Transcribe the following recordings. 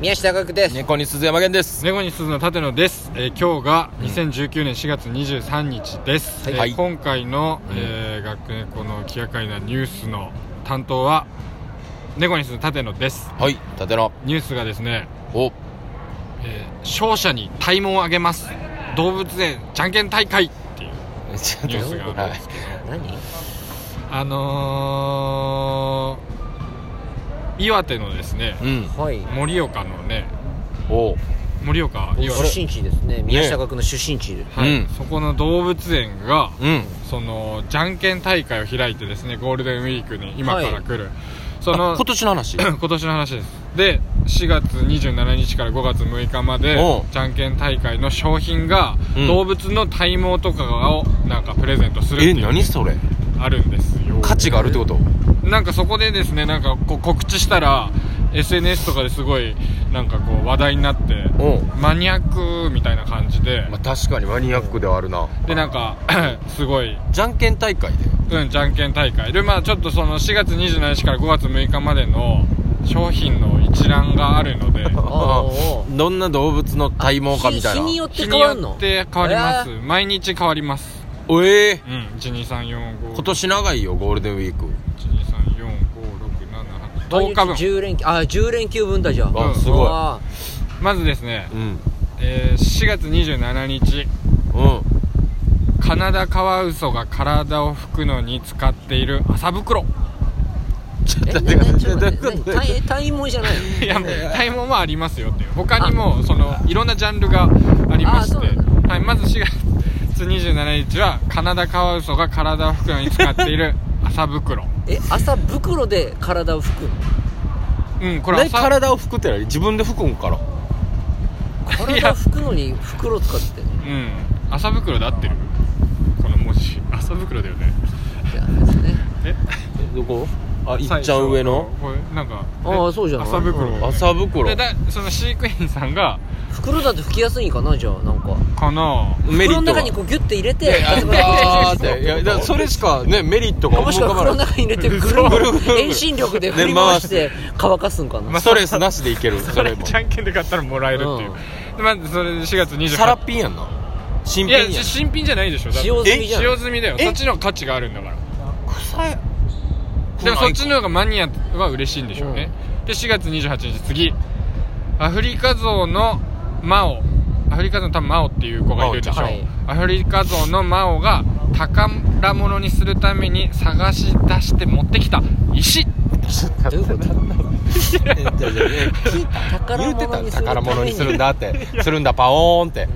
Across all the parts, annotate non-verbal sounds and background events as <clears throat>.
宮下学です、猫に鈴山源です猫に鈴の立野です、えー今日が2019年4月23日です、はいえー今回の、えー学園この気がかりなニュースの担当は猫に鈴の立野ですはい立野ニュースがですね、おえー勝者に体毛をあげます動物園じゃんけん大会っていうちょっニュースがあるんですけど、何あのー、岩手のですねうんはい盛岡のねおう盛岡岩手出身地ですね宮下学の出身地で、はいうんそこの動物園が、うんそのじゃんけん大会を開いてですねゴールデンウィークに今から来る、そあの今年の話 <clears throat> 今年の話ですで4月27日から5月6日までおうじゃんけん大会の商品が、うん動物の体毛とかをなんかプレゼントするってえいうの何それあるんですよ価値があるってことなんかそこでですねなんかこう告知したら SNS とかですごいなんかこう話題になっておうマニアックみたいな感じでまあ確かにマニアックではあるなでなんか <clears throat> すごいじゃんけん大会でうん、じゃんけん大会でまあちょっとその4月27日から5月6日までの商品の一覧があるので <laughs> あーどんな動物の体毛かみたい日なによって日変にわるよのって変わります、え毎日変わりますおええうん12345今年長いよゴールデンウィーク123456710日分10連休あ10連休分だじゃああうんすごいあまずですね、うんえー4月27日うんカナダカワウソが体を拭くのに使っている麻袋ちょっーえと待ってななちょっとどうい待うっこてと何体体毛じゃないのいや体毛もありますよっていう他にもそのいろんなジャンルがありましあそうてなん、はい、まず4月27日はカナダカワウソが体を拭くのに使っている <laughs> 麻袋え朝袋で体を拭くのうんこれ何麻体を拭くってのは自分で拭くんから体を拭くのに袋使ってんのうん麻袋で合ってるこの文字麻袋だよねじゃあですねえどこあいっちゃん上のこれなんかあえーそうじゃない麻袋、う麻袋でだその飼育員さんが袋だと拭きやすいんかなじゃあなんかこのメリ袋のット中がにこうギュッて入れいやていガやツガツあガーっツガツていやだからそれしかねメリットが思もいしく浮はか袋ばのない中に入れてぐるぐるぐるぐる遠心力で振り回して乾かすんかなストレスなしでいけるそこれれもじゃんけんで買ったらもらえるっていう、でまずそれで4月28日サラピンやんな新品いややん新品じゃないでしょだって使用済みじゃん使用済みだよえそっちの方が価値があるんだから臭いでもそっちの方がマニアは嬉しいんでしょうね、で4月28日次アフリカゾウのマオアフリカゾウの多分マオっていう子がいるでしょ、マオちゃんはいアフリカゾウのマオが宝物にするために探し出して持ってきた石どういうこと言宝うて物たにする宝物にするたんだってするんだパオーンって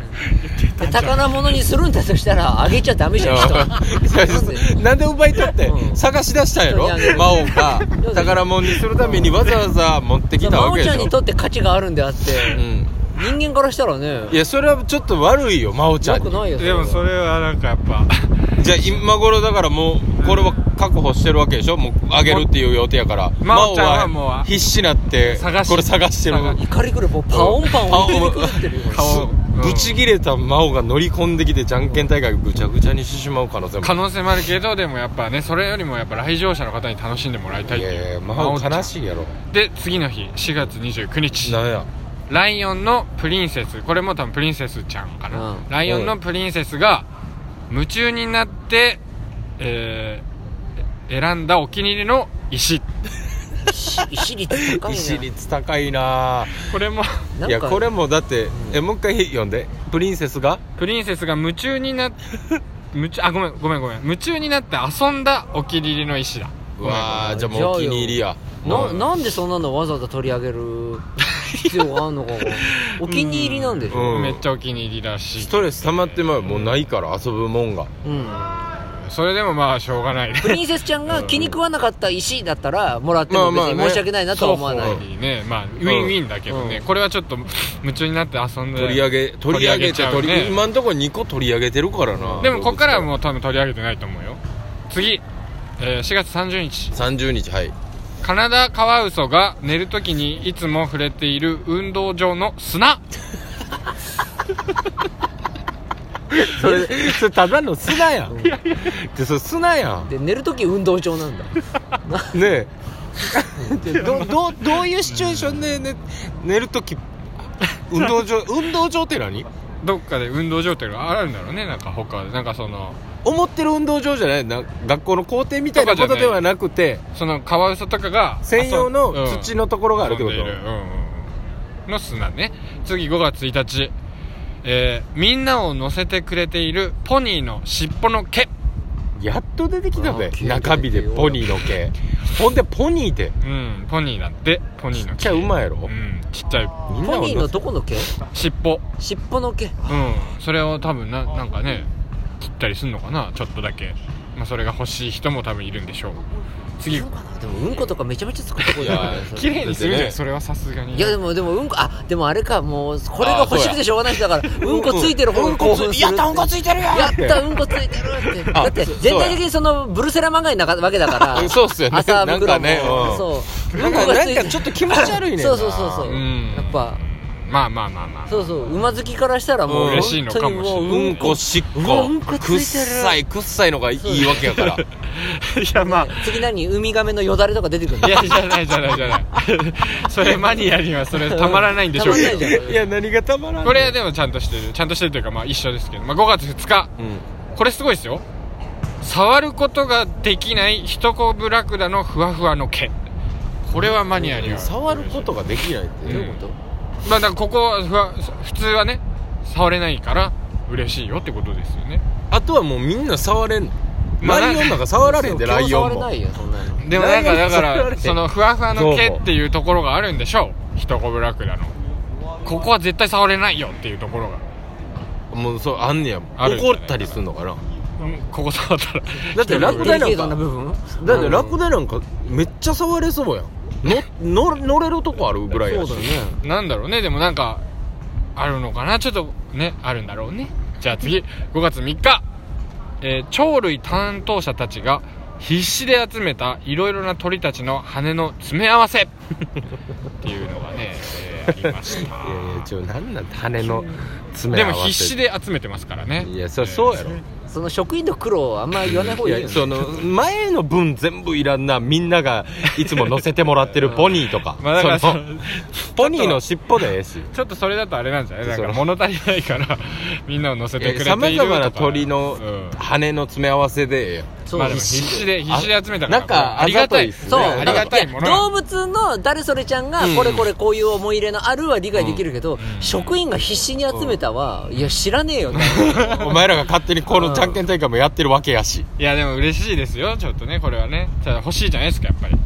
めに <laughs> 宝物にするんだとしたらあげちゃダメじ <laughs> ゃん人なんでなんで奪い取ってうん探し出したんやろ人にあげる魔王が宝物にするためにわざわざ持ってきた真わ央けでちしゃんょにとって価値があるんであって人間からしたらねうんいやそれはちょっと悪いよ真央ちゃよんくなにいよでもそれれはなんかやっぱじゃあ今頃だからもうこれは確保してるわけでしょもうあげるっていう予定やから真央ちゃんはもう真央必死なって探しこれ探してる探は怒りくるもうパオンパオン怒り狂ってるよ顔をうんぶち切れた真央が乗り込んできてじゃんけん大会ぐちゃぐちゃにしてしまう可能性も可能性もあるけどでもやっぱねそれよりもやっぱ来場者の方に楽しんでもらいたいっいやていいやう真央ちゃん悲しいやろで次の日4月29日なんやライオンのプリンセスこれも多分プリンセスちゃんかな、うんライオンのプリンセスが夢中になって、えー選んだお気に入りの石石率高い意志ね率高いなこれもなんかいやこれもだって、えもう一回読んでプリンセスがプリンセスが夢中に <laughs> なっ夢中あごめんごめんごめん夢中になって遊んだお気に入りの石だうわーじじゃゃああもうお気に入りやなうんなんでそんなのわざわざ取り上げる必要がある <laughs> のかがお気に入りなんでしょうんめっちゃお気に入りらしいストレス溜まってまうもうないから遊ぶもんがうんそれでもまあしょうがないねプリンセスちゃんが気に食わなかった石だったらもらっても別まあまあにね申し訳ないなとは思わない、そういいねまあウィンウィンだけどね、うんこれはちょっと夢中になって遊んで取り上げ取り上げて取り上げちゃうね取り今んとこ2個取り上げてるからなでもここからはもうう多分取り上げてないと思うよ次、えー4月30日30日はいカナダカワウソが寝るときにいつも触れている運動場の砂それそれただの <laughs> 砂やんでそれ砂やんでね <laughs> 寝るとき運動場なんだなえでどどどういうシチュエーションで寝寝るとき運動 <laughs> 場運動場って何どっかで運動場っていうのがあるんだろうねなんか他でなんかその思ってる運動場じゃないな学校の校庭みたいなことではなくてそのカワウソとかが専用の遊ん土のところがあるってこと飛んでいるうんうんうんの砂ね次5月1日、えーみんなを乗せてくれているポニーの尻尾の毛やっと出てきたぜあー中日でポニーの毛ほんでポニーってうんポニーなんてポニーのじ毛ゃあうまいやろうんちっちゃいみんポなニーをのどこの毛尻尾尻尾の毛うんそれを多分ななんかね切ったりすんのかなちょっとだけ、まあ、それが欲しい人も多分いるんでしょう次そうかなでもうんことかめちゃめちゃつくとこじゃないいやそれ綺麗にするじだっゃん、てねそれはさすがにいやでもでもうんこあでもあれかもうこれが欲しくてしょうがない人だからうんこついてる方が興奮するやったうんこついてるよやったうんこついてるってだあってそう全体的にそのブルセラ漫画になかわけだからそうっすよね朝袋もなんかねうんそうなんかなんかちょっと気持ち悪いねんなそうそうそうそううんやっぱまあまあまあまあそうそう馬好きからしたらもううん嬉しいのかもしれない本当にうもうんこしっうこんこついてくるっさいくっさいのがいいわけやからいやまあ次何ウミガメのよだれとか出てくるのいやじゃないじゃないじゃない <laughs> それマニアにはそれたまらないんでしょうたまらけ <laughs> ないじどゃんいや何がたまらんのこれはでもちゃんとしてるちゃんとしてるというかまあ一緒ですけど、まあ、5月2日うんこれすごいですよ触ることができないヒトコブラクダのふわふわの毛これはマニアには触ることができないってどうどいういううこことまあだからここはふわ普通はね触れないから嬉しいよってことですよねとあとはもうみんな触れんのまあライオンなんか触られんで今ラ日イ触オンれなもいよそんなのでもなんかライオだンか触らられそのふわふわの毛どうもっていうところがあるんでしょうヒトコブラクダのここは絶対触れないよっていうところがもうそうあんねやあるんじゃ怒ないったりすんのかなここ触ったらだってラクダデなリケんートな部か分だってラクダなんかめっちゃ触れそうやんのの乗れるとこあるぐらいやしそうだねなんだろうねでもなんかあるのかなちょっとねあるんだろうねじゃあ次5月3日、えー鳥類担当者たちが必死で集めたいろいろな鳥たちの羽の詰め合 <laughs> わせっていうのがね、えーありましいやいやたちょなんなん羽の爪で合わもせ必死で集めてますからねいやそりゃそうやろ、その職員の苦労はあんま言わない方がいいいよやねその前の分全部いらんなみんながいつも乗せてもらってるポニーとかまあだからそその <laughs> のポニーの尻尾でええしちょっとそれだとあれなんじゃないなんそかの物足りないから <laughs> みんなを乗せてくれているさとかまざまな鳥のうん羽の詰め合わせでええやんそうまあでも必必死死で必死で集めたからなんかありがたあざといいっすねそうありがたいものやな動物の誰それちゃんがうんこれこれこういう思い入れのあるは理解できるけど、ん職員が必死に集めたはいや知らねえよなお前らが勝手にこのじゃんけん大会もやってるわけやしいやでも嬉しいですよちょっとねこれはねただ欲しいじゃないですかやっぱり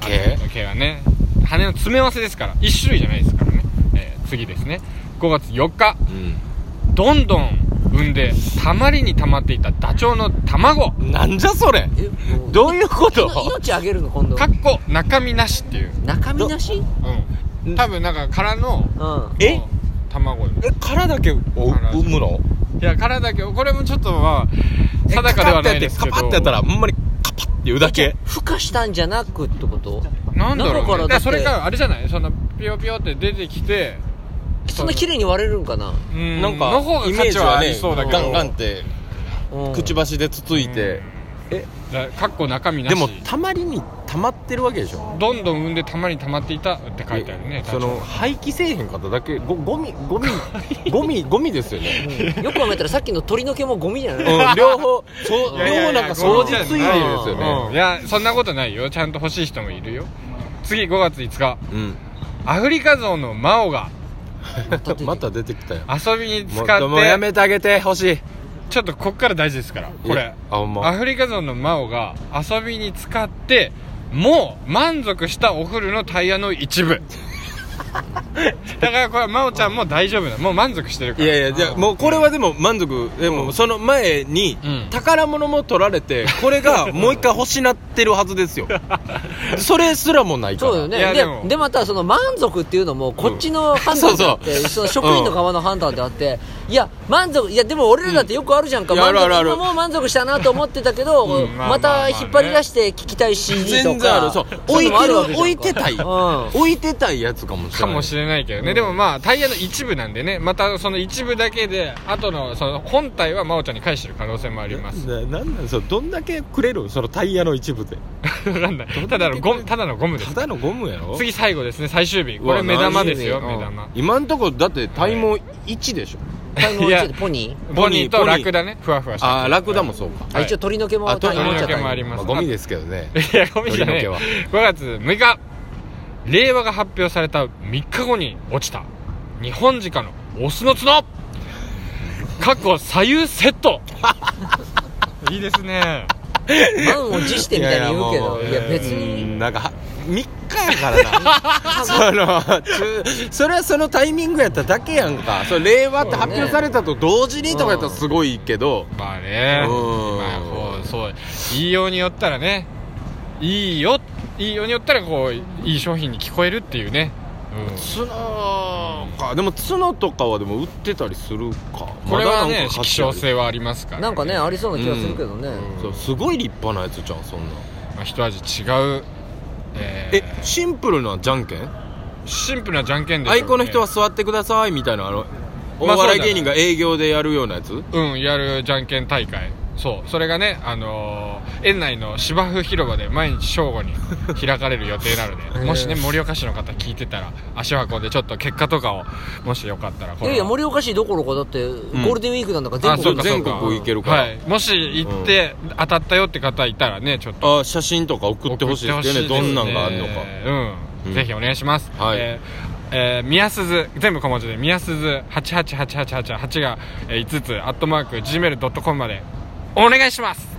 毛あの毛はね羽の詰め合わせですから1種類じゃないですからね、えー次ですね5月4日どんどん産んでたまりにたまっていたダチョウの卵なんじゃそれえもうどういうことい命あげるの今度かっこ中身なしっていう、中身なしうん、多分なんか殻のうんえ卵いえ殻だけを殻産むのや殻だけこれもちょっとまあ定かではないですけどカパってやってカパってやったらほんまにカパっていうだけ孵化したんじゃなくってことなんだろう、ね、中からだってだからそれがあれじゃないそのピヨピヨって出てきてそんな綺麗に割れるんかな、うんなんかの方がイメ価ー値ジははありねそうだけどガンガンってうんくちばしでつついてだかっこ中身なしでもたまりにたまってるわけでしょどんどん産んでたまにたまっていたって書いてあるねその廃棄せえへんかっただけごゴミゴ <laughs> ミゴミゴミですよね、うん <laughs> よく考えたらさっきの鳥の毛もゴミじゃなうい、ん、両方そうい両やいやいや方なんか掃除ついでですようんいねやそんなことないよちゃんと欲しい人もいるよ次5月5日うん、アフリカゾウのマオがた出て <laughs> また出てきたよ遊びに使もっうもうやめててあげてほしいちょっとこっから大事ですからこれえあほんまアフリカゾウのマオが遊びに使ってもう満足したお風呂のタイヤの一 <laughs> 部だからこれはマオちゃんも大丈夫だもう満足してるかいらやいやじゃあもうこれはでも満足でもその前にうん宝物も取られてこれがもう一回欲しなってるはず <laughs> ですよそれすらもないからそうよいやねでもででまたその満足っていうのもこっちの判断であって、その職員の側の判断であって、いや満足いやでも俺らだってよくあるじゃんか、うんいや満足あるあるある今もう満足したなと思ってたけど、うんまあままあまあたね引っ張り出して聞きたい CD とか全然あるそういのもあわけじゃんか置いてる置いてたいうん置いてたいやつかもしかもしれないけどね、うんでもまあタイヤの一部なんでねまたその一部だけで後のその本体は真央ちゃんに返してる可能性もありますななんなんそれどんだけくれるそのタイヤの一部でなんだただのゴムただのゴムでたすだのゴムやろ次最後ですね最終日うこわれ目玉ですようん目玉今んとこだって体毛1でしょ、体毛いや落ちてポニーポニーとポニーラクダねふわふわしてああラクダもそうかあはい一応鳥の毛もあ体毛鳥落のち毛たもありますゴミですけどねいやゴミじゃねえ鳥の毛は5月6日令和が発表された3日後に落ちた日本鹿のオス <laughs> の角過去左右セットいいですね満を持 <laughs> してみたいに言うけどいいややいやもう別うにんなんかは3日やから <laughs> なそのちゅそれはそのタイミングやっただけやんかそれ令和って発表されたと同時にとかやったらすごいけど、まあねうんまあこうそう言いようによったらねいいよいいようによったらこういい商品に聞こえるっていうね、う角んかでも角とかはでも売ってたりするかこれはねまだなんか希価値あ少る性はありますからなんかねありそうな気がするけどねうんそうすごい立派なやつじゃんそんなんまあ、一味違うええーシンプルなじゃんけんシンプルなじゃんけんでしょうね相手の人は座ってくださいみたいなあのおまあ笑いそうだね芸人が営業でやるようなやつうんやるじゃんけん大会そうそれがねあのー園内の芝生広場で毎日正午に開かれる予定 <laughs> なのでもしね盛岡市の方聞いてたら足を運んでちょっと結果とかをもしよかったらこいのやいや盛岡市どころかだってゴールデンウィークなんだからあそ全うか国そう全か国行けるから、はい、もし行って当たったよって方いたらねちょっとあ写真とか送ってほしいですね送どってほしいですんなんがあるのかううんんぜひお願いしますはいえーえー宮鈴全部小文字で宮鈴8888888がえー5つアットマーク Gmail.com までお願いします